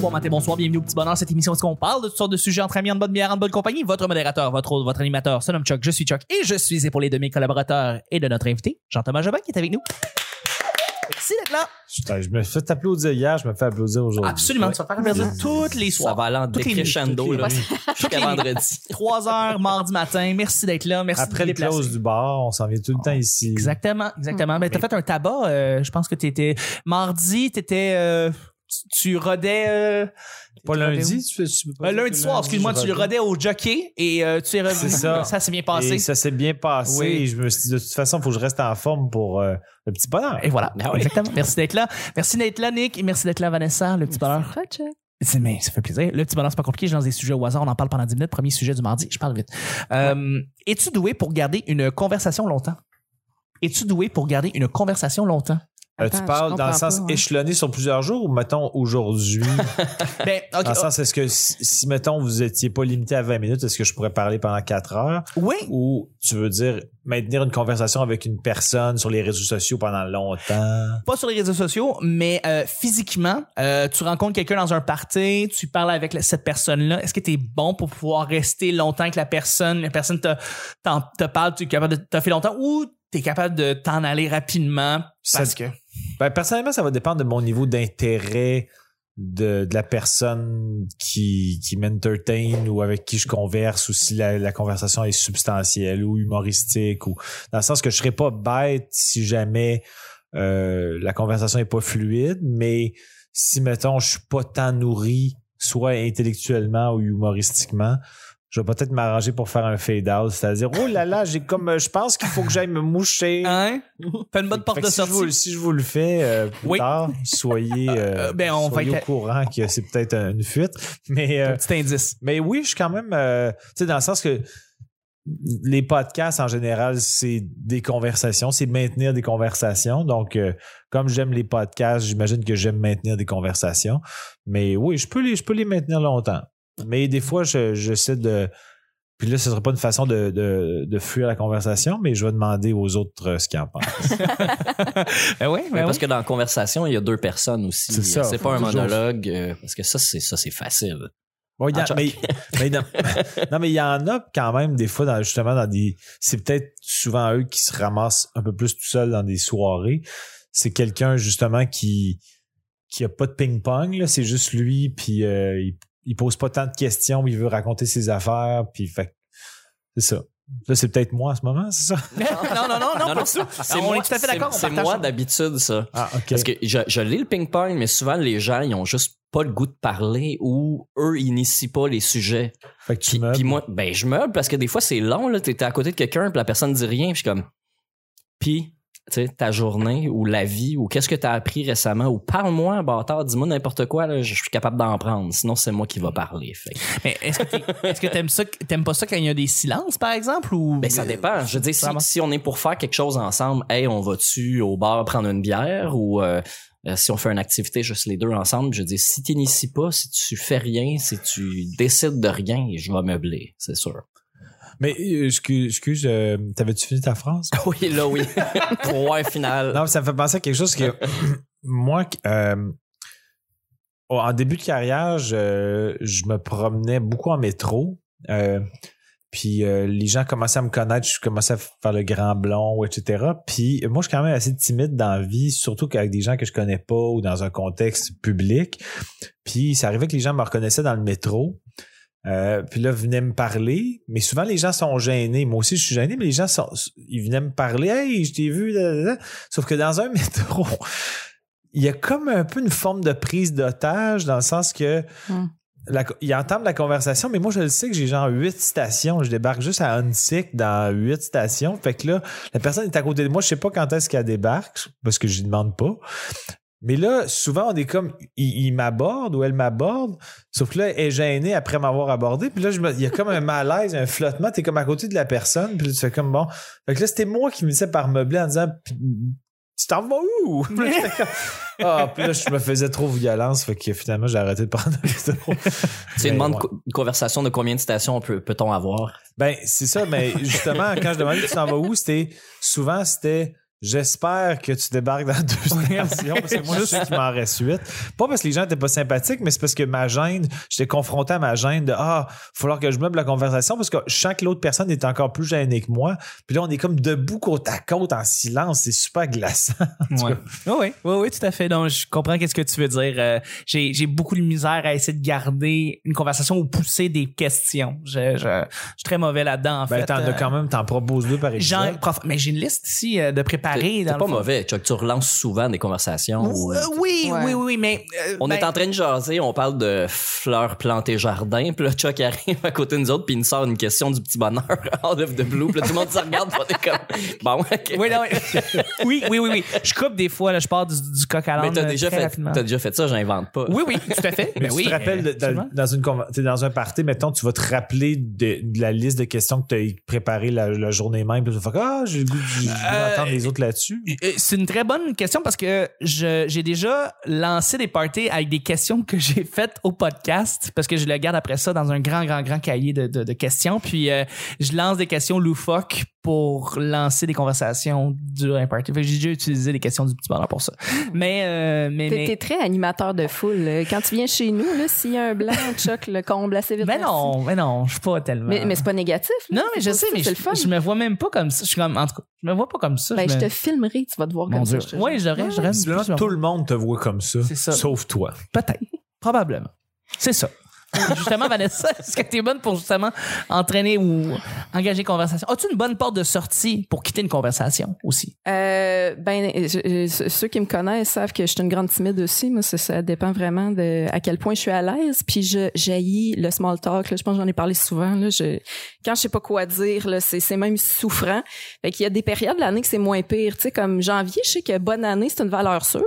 bon matin, bonsoir, bienvenue au Petit Bonheur, cette émission où est-ce qu'on parle de toutes sortes de sujets entre amis, en bonne bière, en bonne compagnie. Votre modérateur, votre hôte, votre animateur, son nom Chuck, je suis Chuck et je suis épaulé de mes collaborateurs et de notre invité, Jean-Thomas Jobin, qui est avec nous. Merci d'être là. Putain, je me suis fait applaudir hier, je me fais applaudir aujourd'hui. Absolument, tu vas te faire applaudir toutes les Oh, Ça soirs. va aller en Toutes les nuits, décrescendo toutes les là, nuits. Toutes les jusqu'à nuits. vendredi. 3 heures, mardi matin. Merci d'être là. Merci de Après vous les déplacer. closes du bar, on s'en vient tout le temps ici. Exactement, exactement. Ben, t'as fait un tabac, euh, je pense que t'étais... Mardi, t'étais... euh, tu- tu rodais... euh, Pas tu rodais où? lundi, tu fais- tu peux pas Euh, dire que lundi soir, excuse-moi, je tu le reviens. rodais au jockey et euh, tu es revenu. C'est ça. Ça s'est bien passé. Et ça s'est bien passé. Oui. Et je me suis dit, de toute façon, il faut que je reste en forme pour euh, le petit bonheur. Et voilà. Ah oui. Exactement. Merci d'être là. Merci d'être là, Nick. Et merci d'être là, Vanessa, le petit bonheur. C'est- Mais ça fait plaisir. Le petit bonheur, c'est pas compliqué. Je lance des sujets au hasard. On en parle pendant 10 minutes. Premier sujet du mardi. Je parle vite. Euh, Es-tu doué pour garder une conversation longtemps? Es-tu doué pour garder une conversation longtemps? Euh, Attends, tu je parles dans le comprends sens pas, hein. échelonné sur plusieurs jours ou mettons aujourd'hui? Ben, ok. dans le sens, est-ce que si, si, mettons vous étiez pas limité à 20 minutes, est-ce que je pourrais parler pendant 4 heures? euh, Oui. Ou tu veux dire maintenir une conversation avec une personne sur les réseaux sociaux pendant Ben longtemps? Pas sur les réseaux sociaux, mais euh, physiquement, euh, tu rencontres quelqu'un dans un party, tu parles avec la- cette personne-là. Est-ce que tu es bon pour pouvoir rester longtemps avec la personne? La personne te, t'en- te parle, tu es capable de te fait longtemps ou tu es capable de t'en aller rapidement parce Ça- que. Ben, personnellement, ça va dépendre de mon niveau d'intérêt de, de la personne qui, qui m'entertain ou avec qui je converse ou si la, la conversation est substantielle ou humoristique ou dans le sens que je serais pas bête si jamais euh, la conversation est pas fluide, mais si mettons je suis pas tant nourri, soit intellectuellement ou humoristiquement, je vais peut-être m'arranger pour faire un fade out, c'est-à-dire oh là là, j'ai comme je pense qu'il faut que j'aille me moucher. Hein? Fais une bonne porte Fait que de si je sortie. vous le- si je vous le fais euh, plus Oui. tard, soyez, euh, Euh, ben, on va soyez être- au courant que c'est peut-être une fuite. Mais, euh, Un petit indice. mais oui, je suis quand même... euh, tu sais, dans le sens que les podcasts, en général, c'est des conversations, c'est maintenir des conversations. Donc, euh, comme j'aime les podcasts, j'imagine que j'aime maintenir des conversations. Mais oui, je peux les, je peux les maintenir longtemps. Mais des fois, je- j'essaie de... Puis là, ce ne serait pas une façon de, de, de fuir la conversation, mais je vais demander aux autres euh, ce qu'ils en pensent. Ben oui, Mais parce que dans la conversation, il y a deux personnes aussi. C'est ça. C'est pas un Toujours. monologue euh, parce que ça c'est ça c'est facile. Bon, il y a- En choc. mais, mais dans- non, mais il y en a quand même des fois, dans, justement, dans des. C'est peut-être souvent eux qui se ramassent un peu plus tout seuls dans des soirées. C'est quelqu'un, justement, qui qui a pas de ping-pong, là. c'est juste lui, puis euh, il, il pose pas tant de questions, il veut raconter ses affaires, puis fait que- c'est ça. Là, c'est peut-être moi en ce moment, c'est ça? non, non, non, non, pas du tout. C'est On moi- est tout à fait c'est- d'accord, on C'est partage moi ça. d'habitude ça. Ah, ok. Parce que je, je lis le ping-pong, mais souvent les gens ils ont juste pas le goût de parler ou eux ils initient pas les sujets. fait que tu Puis, meubles. puis moi, ben je meuble parce que des fois c'est long là, t'es à côté de quelqu'un puis la personne dit rien, puis je suis comme, puis tu sais ta journée ou la vie ou qu'est-ce que t'as appris récemment ou parle-moi bâtard, dis-moi n'importe quoi là, je suis capable d'en prendre, sinon c'est moi qui va parler. Fait. que- Mais est-ce que t'es- est-ce que t'aimes ça, que- t'aimes pas ça quand il y a des silences, par exemple, ou? Ben, ça dépend. Je veux dire, si, Vraiment. si on est pour faire quelque chose ensemble, hey, on va-tu au bar prendre une bière ou euh, euh, si on fait une activité juste les deux ensemble, je dis si tu n'inities pas, si tu fais rien, si tu décides de rien, je vais meubler, c'est sûr. Mais euh, excuse, excuse euh, t'avais-tu fini ta phrase? Oui, là, oui. pour un final. Non, mais ça me fait penser à quelque chose que moi, euh, en début de carrière, je, je me promenais beaucoup en métro. euh, puis euh, les gens commençaient à me connaître, je commençais à faire le grand blond, etc. Puis moi, je suis quand même assez timide dans la vie, surtout qu'avec des gens que je connais pas ou dans un contexte public. Puis ça arrivait que les gens me reconnaissaient dans le métro. Euh, puis là, venaient me parler, mais souvent les gens sont gênés. Moi aussi, je suis gêné, mais les gens sont, ils venaient me parler. Hey, je t'ai vu. da, da, da. Sauf que dans un métro, il y a comme un peu une forme de prise d'otage dans le sens que Mm. la- il entame la conversation, mais moi je le sais que j'ai genre huit stations. Je débarque juste à Hunsick dans huit stations. Fait que là, la personne est à côté de moi. Je sais pas quand est-ce qu'elle débarque parce que je lui demande pas. Mais là, souvent, on est comme, il, il m'aborde ou elle m'aborde, sauf que là, elle est gênée après m'avoir abordé. Puis là, je me- il y a comme un malaise, un flottement. T'es comme à côté de la personne, puis là, tu fais comme bon. Fait que là, c'était moi qui me disais par meubler en disant, tu t'en vas où? Puis là, j'étais comme, Ah, puis là, je me faisais trop violence, fait que finalement, j'ai arrêté de prendre le métro. Tu Mais demandes ouais. co- une conversation de combien de stations on peut- peut-on avoir? Ben, c'est ça, mais justement, quand je demandais tu t'en vas où, c'était souvent c'était J'espère que tu débarques dans deux stations, parce que moi, je sais qu'il m'en reste huit. Pas parce que les gens étaient pas sympathiques, mais c'est parce que ma gêne, j'étais confronté à ma gêne de Ah, il va falloir que je meuble la conversation, parce que je sens que l'autre personne est encore plus gênée que moi. Puis là, on est comme debout côte à côte en silence. C'est super glaçant. Ouais. Oui, oui, oui, oui, tout à fait. Donc, je comprends qu'est-ce que tu veux dire. Euh, j'ai, j'ai beaucoup de misère à essayer de garder une conversation ou pousser des questions. Je, je, je suis très mauvais là-dedans, en Ben, fait. t'en as Euh, quand même, t'en proposes deux par Jean- épisode. prof- mais j'ai une liste ici euh, de préparer. T'es dans t'es le pas fond. mauvais, Chuck. Tu relances souvent des conversations. où, Ou- euh, euh, Oui, Ouais. oui, oui, mais. euh, On ben, est en train de jaser, on parle de fleurs plantées jardin, puis là, Chuck arrive à côté de nous autres, puis il nous sort une question du petit bonheur out of the blue, puis là, tout le monde se regarde, puis on est comme, bon, ok. Oui, non, oui. oui, oui, oui, oui. Je coupe des fois, là, je pars du, du coq à l'âne. Mais t'as euh, déjà, très fait- rapidement. t'as déjà fait ça, j'invente pas. Oui, oui, tout à fait. Mais Ben tu oui, te rappelles de- dans, absolument. dans une conver- t'es dans un party, mettons, tu vas te rappeler de, de la liste de questions que tu as préparées la, la journée même. Puis tu vas faire Ah, j'ai le goût du- j'ai le goût d'entendre les autres là-dessus. Euh, C'est une très bonne question parce que je- j'ai déjà lancé des parties avec des questions que j'ai faites au podcast parce que je le garde après ça dans un grand, grand, grand cahier de, de- de questions. Puis euh, je lance des questions loufoques pour lancer des conversations durant un party. Fait que J'ai déjà utilisé les questions du petit bonheur pour ça. Mais, euh, mais, T'es mais, t'es très animateur de foule. là. Quand tu viens chez nous, là, s'il y a un blanc, choc le comble assez vite. mais merci. Ben non, mais non, je suis pas tellement. Mais, mais c'est pas négatif. là. non, mais je C'est sais, mais positif, je, c'est le fun. je me vois même pas comme ça. Je suis comme, en tout cas, je me vois pas comme ça. Ben, je je me- te filmerai, tu vas te voir Mon comme Dieu. ça. je te Oui, jure. je devrais, je devrais. me Visiblement, plus me tout le monde te voit comme ça, C'est ça. sauf toi. Peut-être. Probablement. C'est ça. justement, Vanessa, est-ce que tu es bonne pour justement entraîner ou engager une conversation? As-tu une bonne porte de sortie pour quitter une conversation aussi? Euh, ben, je- je- ceux qui me connaissent savent que je suis une grande timide aussi. Moi, ça, ça dépend vraiment de à quel point je suis à l'aise. Puis je jaillis le small talk. là. je pense que j'en ai parlé souvent. Là, je, quand je sais pas quoi dire, là, c'est, c'est même souffrant. Fait qu'il y a des périodes de l'année que c'est moins pire. Tu sais, comme janvier, je sais que bonne année, c'est une valeur sûre.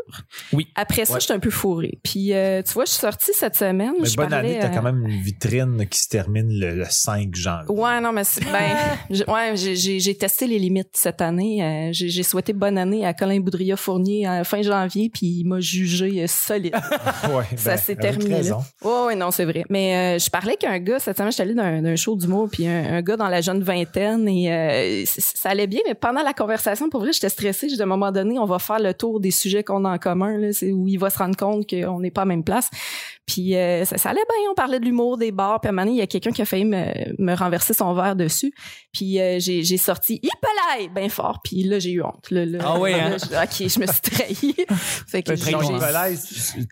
Oui. Après ça, Ouais. je suis un peu fourrée. Puis euh, tu vois, je suis sortie cette semaine. Mais je bonne parlais, année, t'as euh, quand même une vitrine qui se termine le, le 5 janvier. Ouais, non, mais c'est- ben, j'ai- ouais, j'ai- j'ai j'ai testé les limites cette année. Euh, j'ai j'ai souhaité bonne année à Colin Boudria Fournier en fin janvier, puis il m'a jugé euh, solide. Ouais, ben, Ça s'est avec terminé, raison. Ouais, ouais, non, c'est vrai. Mais euh, je parlais qu'un gars, cette semaine, j'étais allée d'un d'un show d'humour, puis un, un gars dans la jeune vingtaine, et euh, c- ça allait bien, mais pendant la conversation, pour vrai, j'étais stressée. J'ai dit, à un moment donné, on va faire le tour des sujets qu'on a en commun, là, c'est où il va se rendre compte qu'on n'est pas à la même place. Puis euh, ça, ça allait bien, on parlait de l'humour, des bars, puis à un moment donné, il y a quelqu'un qui a failli me, me renverser son verre dessus. Puis euh, j'ai j'ai sorti « Hippalaï! » bien fort, puis là, j'ai eu honte. Là, là, Ah oui, hein? là, je- OK, je me suis trahie. fait que Un très j'ai- Donc, bon j'ai- Nicolas,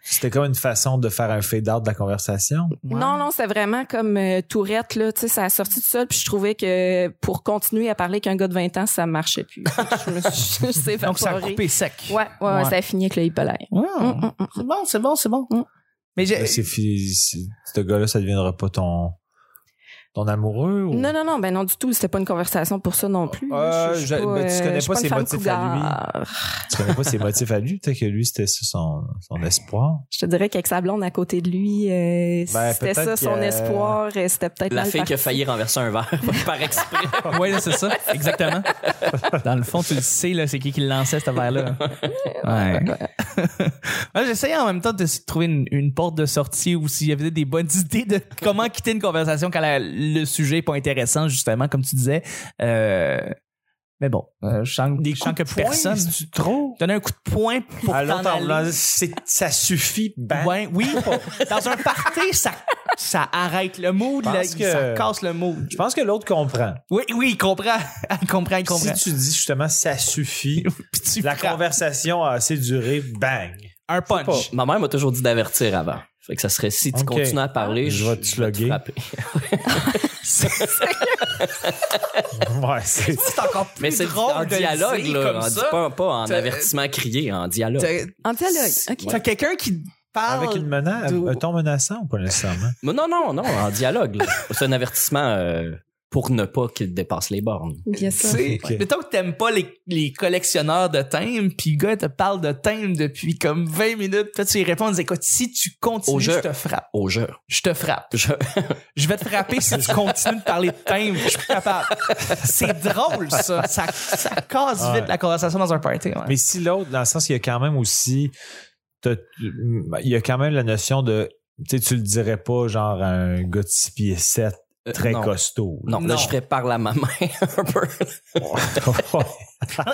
C'était comme une façon de faire un fade-out de la conversation. Non, non, c'est vraiment comme euh, Tourette, là. Tu sais, ça a sorti tout seul, puis je trouvais que pour continuer à parler avec un gars de 20 ans, ça marchait plus. je me suis je sais Donc, ça a évaporée. coupé sec. Ouais, ouais, ouais, Ouais. ça a fini avec le hippolaire. Wow. Mm, mm, mm. C'est bon, c'est bon, c'est bon. Mm. Mais j'ai- Ben, C'est fi- c'est- Ce gars-là, ça deviendra pas ton, ton amoureux? ou- Non, non, non, ben non, du tout. C'était pas une conversation pour ça non plus. Oh. Euh, Je- je suis je- ben, tu euh, connais je suis pas une ses femme motifs à lui. Tu connais pas ses motifs à lui? Peut-être que lui, c'était ça son, son espoir. Je te dirais qu'avec sa blonde à côté de lui, euh, Ben, c'était peut-être ça son que- espoir. et C'était peut-être La mal fille qui a parti. failli renverser un verre par exprès. Ah, ouais, c'est ça. Exactement. Dans le fond, tu le sais, là, c'est qui qui le lançait, cette affaire-là. Ouais. Ouais, J'essayais en même temps de s- trouver une, une porte de sortie ou s'il y avait des bonnes idées de comment quitter une conversation quand la- le sujet n'est pas intéressant, justement, comme tu disais. Euh, mais bon, euh, je sens, je sens que personne. Tu trop? Donner un coup de poing pour À l'autre, t'en en aller. voulant- c'est- ça suffit, ben. Ouais, oui, dans un party, ça, ça arrête le mood, Je là, pense que- ça casse le mood. Je pense que l'autre comprend. Oui, oui, il comprend, il comprend, il comprend. Si tu dis justement ça suffit, Puis tu la frappes. conversation a assez duré, bang. un punch. Ma mère m'a toujours dit d'avertir avant. Fait que ça serait si tu Ok. continues à parler, Je je, vais te sloguer. frapper. Ouais, c'est. C'est encore plus Mais c'est drôle en de le dialogue, dire là. comme On dit ça. pas, pas en T'as- avertissement crié, en dialogue. T'as- En dialogue, ok. T'as quelqu'un qui parle. Avec une menace, de- un ton menaçant ou pas nécessairement? Mais non, non, non, en dialogue. là. C'est un avertissement euh, pour ne pas qu'il dépasse les bornes. Bien sûr. C'est- Ok. Mettons que t'aimes pas les, les collectionneurs de thèmes, puis le gars te parle de thèmes depuis comme 20 minutes. Puis tu lui réponds, il dit, écoute, si tu continues, Au jeu. je te frappe. Au jeu. Je te frappe. Je- Je vais te frapper si tu continues de parler de thèmes. Je suis plus capable. C'est drôle, ça. Ça, ça casse Ouais. vite la conversation dans un party. ouais. Mais si l'autre, dans le sens, il y a quand même aussi. t'as- Il y a quand même la notion de. Tu sais, tu le dirais pas, genre, à un gars de 6 pieds 7. Euh, très non. costaud. là. Non, là, Non. je ferais par la main un peu.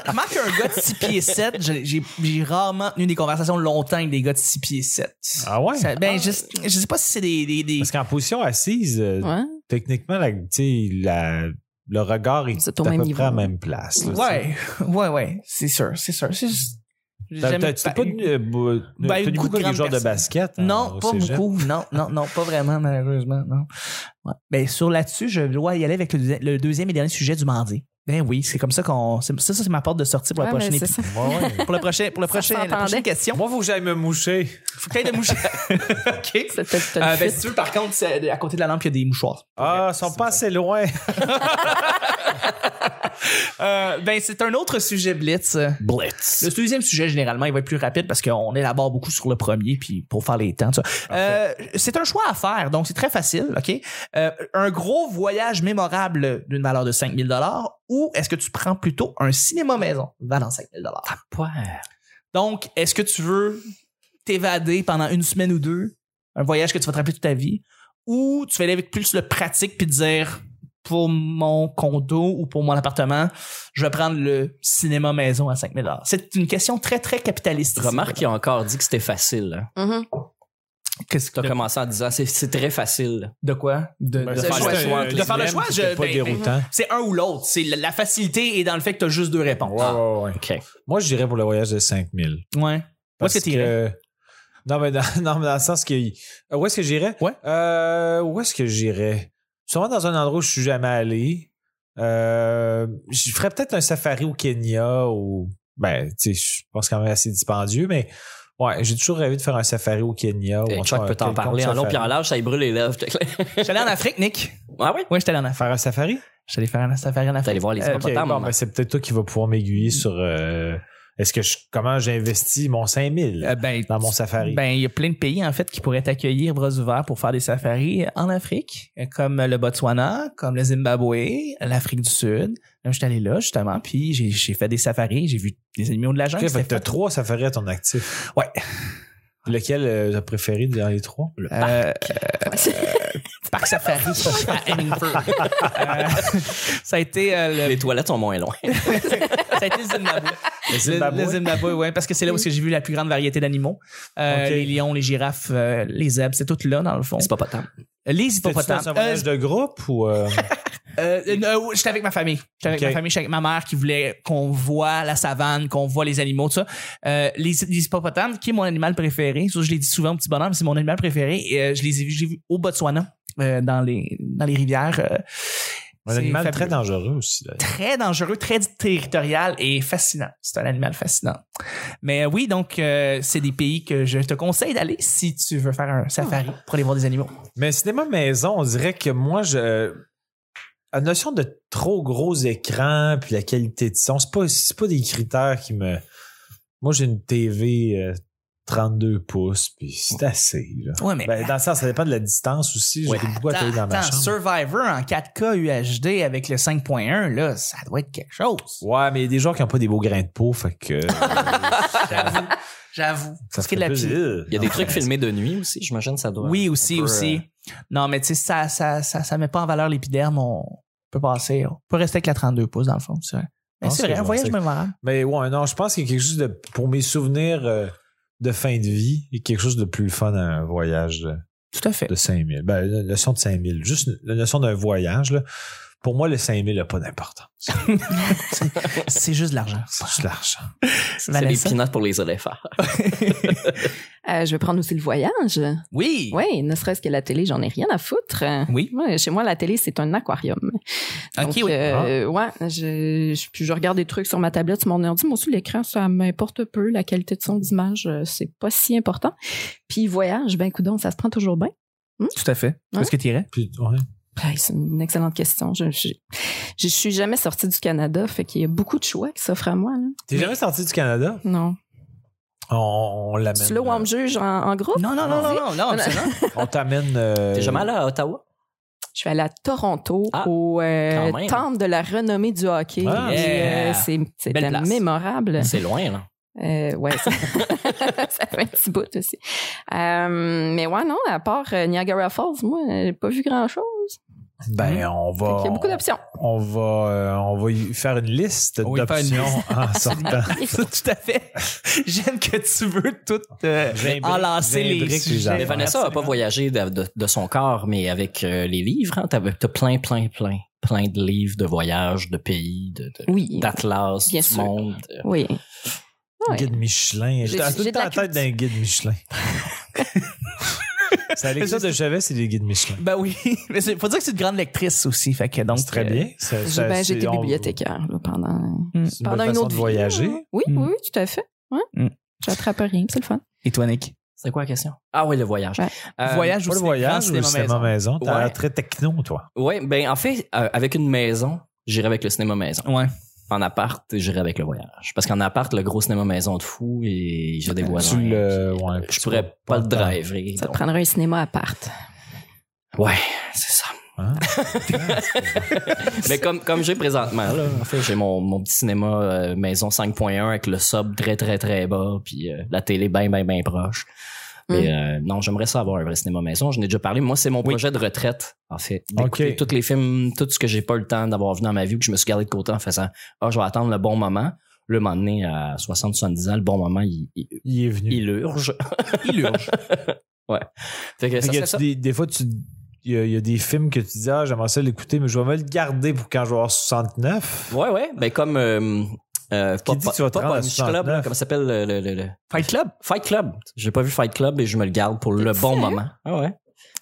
Remarque un gars de 6 pieds 7, j'ai- j'ai j'ai rarement tenu des conversations longtemps avec des gars de 6 pieds 7. ah ouais? Ça- ben, je, je sais pas si c'est des. des, des- Parce qu'en position assise, euh, Ouais. techniquement, la, tu sais, la- le regard est, C'est au à même peu niveau. près à la même place. là, tu sais. Ouais, ouais, ouais, c'est sûr, c'est sûr. C'est juste- j'ai T'as- jamais t'as- Tu t'es pas- pas tenu, euh, bo- Ben, t'as tenu beaucoup de beaucoup avec grandes les joueurs de personnes. basket? hein, Non, au pas cégep? beaucoup. Non, non, non, pas vraiment, malheureusement, non. Ouais. Ben, sur là-dessus, je dois y aller avec le, deuxi- le deuxième et dernier sujet du mardi. Ben oui, c'est comme ça qu'on. c'est- Ça, ça c'est ma porte de sortie pour la Ouais, prochaine mais c'est épi- ça. Ouais, ouais. Pour le prochain, pour le Ça prochain, la s'entendait. prochaine question. Moi, faut que j'aille me moucher. Faut qu'il y ait des mouchoirs. OK. C'est peut-être- peut-être Ah, Euh, le ben, fit. si tu veux, par contre, c'est- à côté de la lampe, il y a des mouchoirs. Ah, ils sont pas assez loin. Euh, ben, c'est un autre sujet blitz. Blitz. Le deuxième sujet, généralement, il va être plus rapide parce qu'on élabore beaucoup sur le premier puis pour faire les temps. tout ça. Euh, c'est un choix à faire, donc c'est très facile, OK? Euh, un gros voyage mémorable d'une valeur de 5000 ou est-ce que tu prends plutôt un cinéma maison valant 5000 Donc, est-ce que tu veux t'évader pendant une semaine ou deux, un voyage que tu vas te rappeler toute ta vie, ou tu vas aller avec plus le pratique puis te dire pour mon condo ou pour mon appartement, je vais prendre le cinéma maison à 5000 C'est une question très, très capitaliste. ici. Remarque qu'il a encore dit que c'était facile. hein. Mhm. Qu'est-ce que T'as t'as comme- commencé en disant c'est- c'est très facile. De quoi? De, Ben, de c'est faire juste le un- choix. un De faire le dilemme choix, qui je- était pas ben, déroutant. C'est un ou l'autre. C'est la, la facilité est dans le fait que t'as juste deux réponses. Ouais, ouais, ouais. OK. Moi, je dirais pour le voyage de 5000. Ouais. Où est-ce Parce que t'irais? Non, mais dans, non, mais dans le sens que. Euh, Où est-ce que j'irais? Ouais. Euh, où est-ce que j'irais? Sûrement dans un endroit où je suis jamais allé. Euh, je ferais peut-être un safari au Kenya ou. Ben, tu sais, je pense quand même assez dispendieux, mais ouais, j'ai toujours rêvé de faire un safari au Kenya. ou Et en tout Chuck cas, un peut t'en quelconque parler en long safari. puis en large, ça y brûle les lèvres. t'es clair. J'étais allé en Afrique, Nick. ah oui? Ouais, j'étais allé en Afrique. Faire un safari? J'allais faire un safari en T'es allé Afrique. voir les Euh, Ok, hippopotames. hein. bon, ben, c'est peut-être toi qui vas pouvoir m'aiguiller sur euh, est-ce que je, comment j'investis mon 5000 Euh, ben, dans mon safari. Ben, il y a plein de pays, en fait, qui pourraient t'accueillir bras ouverts pour faire des safaris en Afrique, comme le Botswana, comme le Zimbabwe, l'Afrique du Sud. Là, j'étais allé là, justement, puis j'ai- j'ai fait des safaris, j'ai vu des animaux de la jungle. Ok, fait que c'était t'as fun. trois safaris à ton actif. Ouais. Lequel euh, t'as préféré dans les trois? Euh, Mhm. euh, parc safari à Hemingford. Euh, ça a été euh, le, Les toilettes sont moins loin. ça a été le Zimbabwe. Le Le, Zimbabwe? le Zimbabwe, ouais, parce que c'est là où est-ce que j'ai vu la plus grande variété d'animaux. Euh, Ok. Les lions, les girafes, euh, les zèbres, c'est tout là, dans le fond. C'est pas potable. Les T'es-tu hippopotames. dans un Euh, voyage de groupe ou... euh, Euh, euh, euh, j'étais avec ma famille. J'étais avec Ok. ma famille, j'étais avec ma mère qui voulait qu'on voit la savane, qu'on voit les animaux, tout ça. Euh, les, les hippopotames, qui est mon animal préféré, ça je l'ai dit souvent au petit bonhomme, c'est mon animal préféré. Et, euh, je les ai vus, j'ai vu au Botswana, euh, dans les dans les rivières. euh, un c'est animal fabuleux. très dangereux aussi. d'ailleurs. Très dangereux, très territorial et fascinant. C'est un animal fascinant. Mais euh, oui, donc euh, c'est des pays que je te conseille d'aller si tu veux faire un safari pour aller voir des animaux. Mais cinéma maison, on dirait que moi, je... euh, La notion de trop gros écran puis la qualité de son, c'est pas, c'est pas des critères qui me... Moi, j'ai une TV euh, 32 pouces, puis c'est assez. là. Ouais, mais Ben, dans le sens, ça dépend de la distance aussi. J'ai Ouais, beaucoup attends, atterri dans ma attends, chambre. Survivor en 4K UHD avec le 5.1, là, ça doit être quelque chose. Ouais, mais il y a des joueurs qui n'ont pas des beaux grains de peau, fait que... euh, J'avoue. J'avoue. Ça Ce qui est fait de la pi- plaisir. Il y a des trucs filmés de nuit aussi, j'imagine ça doit. Oui, aussi, un peu, aussi. euh, Non, mais tu sais, ça, ça, ça, ça met pas en valeur l'épiderme. On peut passer. On peut rester avec la 32 pouces, dans le fond. C'est vrai. Mais Non, c'est c'est vrai, un vrai, voyage c'est- mémorable. Mais ouais, non, je pense qu'il y a quelque chose de, pour mes souvenirs euh, de fin de vie, il y a quelque chose de plus fun à un voyage de, Tout à fait. de 5000. Ben, la notion de 5000, juste la notion d'un voyage, là, pour moi, le 5000 n'a pas d'importance. C'est juste de l'argent. C'est juste l'argent. C'est des Vanessa? pinottes pour les éléphants. Euh, je vais prendre aussi le voyage. Oui. Oui, ne serait-ce que la télé, j'en ai rien à foutre. Oui. Ouais, chez moi, la télé, c'est un aquarium. Ok, Donc, oui. Ah. euh, ouais, je, je- puis je regarde des trucs sur ma tablette, sur mon ordi. Moi aussi, l'écran, ça m'importe peu. La qualité de son d'image, euh, c'est pas si important. Puis voyage, ben coudon, ça se prend toujours bien. Tout à fait. Hein? Est-ce que tu irais? Puis, ouais. Ben, c'est une excellente question. Je, je, je suis jamais sortie du Canada, fait qu'il y a beaucoup de choix qui s'offrent à moi. là. T'es jamais sorti du Canada? Non. On, on l'amène. C'est là où on me euh, juge en, en groupe. Ah, ben, Non, non, non, non, non, non, Non, absolument. on t'amène. euh, T'es jamais allé à Ottawa? Je suis allée à Toronto Ah, au euh, quand même. temple de la renommée du hockey. Ah, Et, yeah. euh, c'est- Belle C'était place. mémorable. C'est loin, là. Euh, ouais, ça, ça fait un petit bout aussi. Euh, mais ouais, non, à part euh, Niagara Falls, moi, j'ai pas vu grand-chose. Ben, on va. Il y a beaucoup d'options. On va, euh, on va y faire une liste On va y faire une d'options en sortant. Ça, tout à fait. J'aime que tu veux tout euh, J'imbrique- enlacer les j'imbrique les sujets. affaires. Mais Vanessa n'a pas voyagé de, de- de son corps, mais avec euh, les livres, hein, t'avais- t'as plein, plein, plein, plein de livres de voyages, de pays, de, de- Oui. d'atlas, Bien du sûr. monde. Euh, Oui. Ouais. Guide Michelin. J'ai- J'étais tout j'ai le de temps la la tête culture. d'un guide Michelin. C'est Alexis de Javet, c'est des guides Michelin. Ben oui, mais c'est- faut dire que c'est une grande lectrice aussi, fait que donc C'est très euh, bien. Ça- J'ai ça- ben, j'ai c'est- été on- bibliothécaire là, pendant, C'est une pendant bonne une façon autre de vie, voyager. là. Oui, Mm. oui, oui, tout à fait. Ouais. Mm. J'attrape rien, c'est le fun. Et toi, Nick? C'est quoi la question? Ah oui, le voyage. Ouais. Euh, voyage ou Pas le cinéma, voyage ou cinéma le cinéma maison? maison. T'as Ouais. l'air très techno, toi. Ouais, ben en fait, euh, avec une maison, j'irai avec le cinéma maison. Ouais. En appart, j'irai avec le voyage. Parce qu'en appart, le gros cinéma maison de fou et j'ai des voisins. Tu le- puis, ouais, euh, tu je pourrais pas pas le le temps. driver. Ça te prendrait un cinéma à part. Ouais, c'est ça. Hein? Mais comme, comme j'ai présentement, là, en fait, j'ai mon, mon petit cinéma euh, maison 5.1 avec le sub très, très, très bas, puis euh, la télé bien, bien, bien proche. Mais euh, non, j'aimerais ça avoir un vrai cinéma maison. Je n'ai déjà parlé. Moi, c'est mon projet de retraite, en fait. D'écouter Ok. tous les films, tout ce que j'ai pas eu le temps d'avoir vu dans ma vie, ou que je me suis gardé de côté en faisant « Ah, je vais attendre le bon moment ». Le moment donné, à 60, 70 ans, le bon moment, il, il, Il est venu. il urge. Il urge. Fait que Fait ça, que y c'est a-tu ça. Des, des fois, tu. Il y, a, il y a des films que tu dis, ah, j'aimerais ça l'écouter, mais je vais me le garder pour quand je vais avoir 69. Ouais, ouais. Ben, comme... Euh, euh, pas- dit pas- que tu vas te pas rendre à Punch Club, 69? là, comment ça s'appelle le- le- le- le... Fight Club? Fight Club. J'ai pas vu Fight Club et je me le garde pour le T'es bon sérieux? moment. Ah ouais.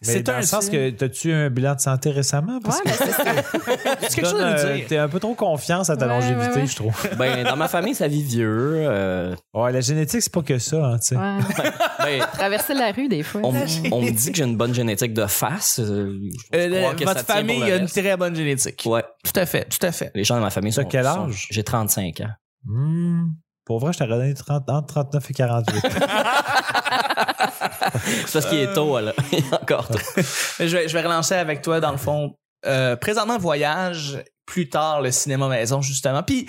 Mais C'est dans un le sens film. que t'as-tu un bilan de santé récemment? Ouais, Parce mais c'est ça. que tu quelque chose à nous donnes, dire. euh, T'es un peu trop confiance à ta Ouais, longévité, ouais, ouais. je trouve. Ben, dans ma famille, ça vit vieux. euh, Ouais, la génétique, c'est pas que ça, hein, tu sais. Ouais. ben, Traverser la rue des fois. on, m- on me dit que j'ai une bonne génétique de face. euh, je Euh, crois le- que ça votre tient pour famille le a une reste. très bonne génétique. Ouais. Tout à fait, tout à fait. Les gens de ma famille T'as sont. quel sont- âge? J'ai 35 ans. Hmm. Pour vrai, je t'aurais donné 30, entre 39 et 48. C'est parce qu'il est tôt, là. Il est encore tôt. Mais Je vais, je vais relancer avec toi, dans le fond. Euh, présentement, voyage, plus tard, le cinéma maison, justement. Puis,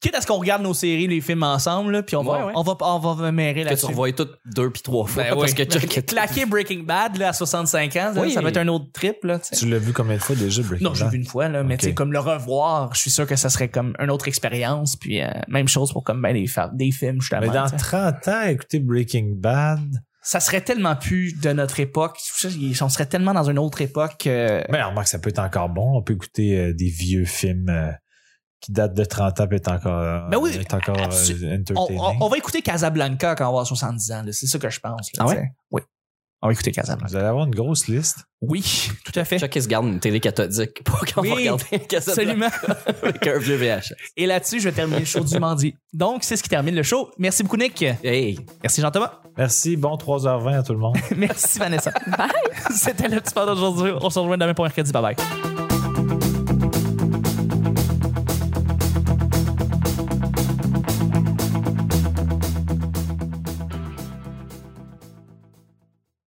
quitte à ce qu'on regarde nos séries, les films ensemble, là, puis on, Ouais, va, ouais. on va on va mérer Que tu là-dessus. revois toutes deux puis trois fois. Ben oui. parce que check it. Claquer Breaking Bad là, à 65 ans, là, Oui. ça va être un autre trip. Là, tu sais. tu l'as vu combien de fois déjà, Breaking Non, j'ai Bad? vu une fois, là, mais Ok. tu sais, comme le revoir, je suis sûr que ça serait comme une autre expérience. Puis euh, même chose pour comme ben, des, fa- des films, justement. Mais dans tu sais. 30 ans, écouter Breaking Bad. Ça serait tellement plus de notre époque. Je sais, On serait tellement dans une autre époque. euh, Mais on remarque, ça peut être encore bon. On peut écouter euh, des vieux films euh, qui datent de 30 ans et est encore, euh, Ben oui, est encore euh, absu- on, entertaining. on- on va écouter Casablanca quand on va avoir 70 ans. là. C'est ça que je pense. là, Ah ouais? tu sais. Oui. On va écouter Casablanca. Vous allez avoir une grosse liste. Oui, tout à fait. Chuck, il se garde une télé cathodique pour qu'on Oui, va regarder Casablanca Absolument. avec un vieux VH. Et là-dessus, je vais terminer le show du mardi. Donc, c'est ce qui termine le show. Merci beaucoup, Nick. Hey, Merci, Jean-Thomas. Merci. Bon 3h20 à tout le monde. Merci, Vanessa. Bye. C'était le petit pas d'aujourd'hui. On se rejoint demain pour mercredi. Bye bye.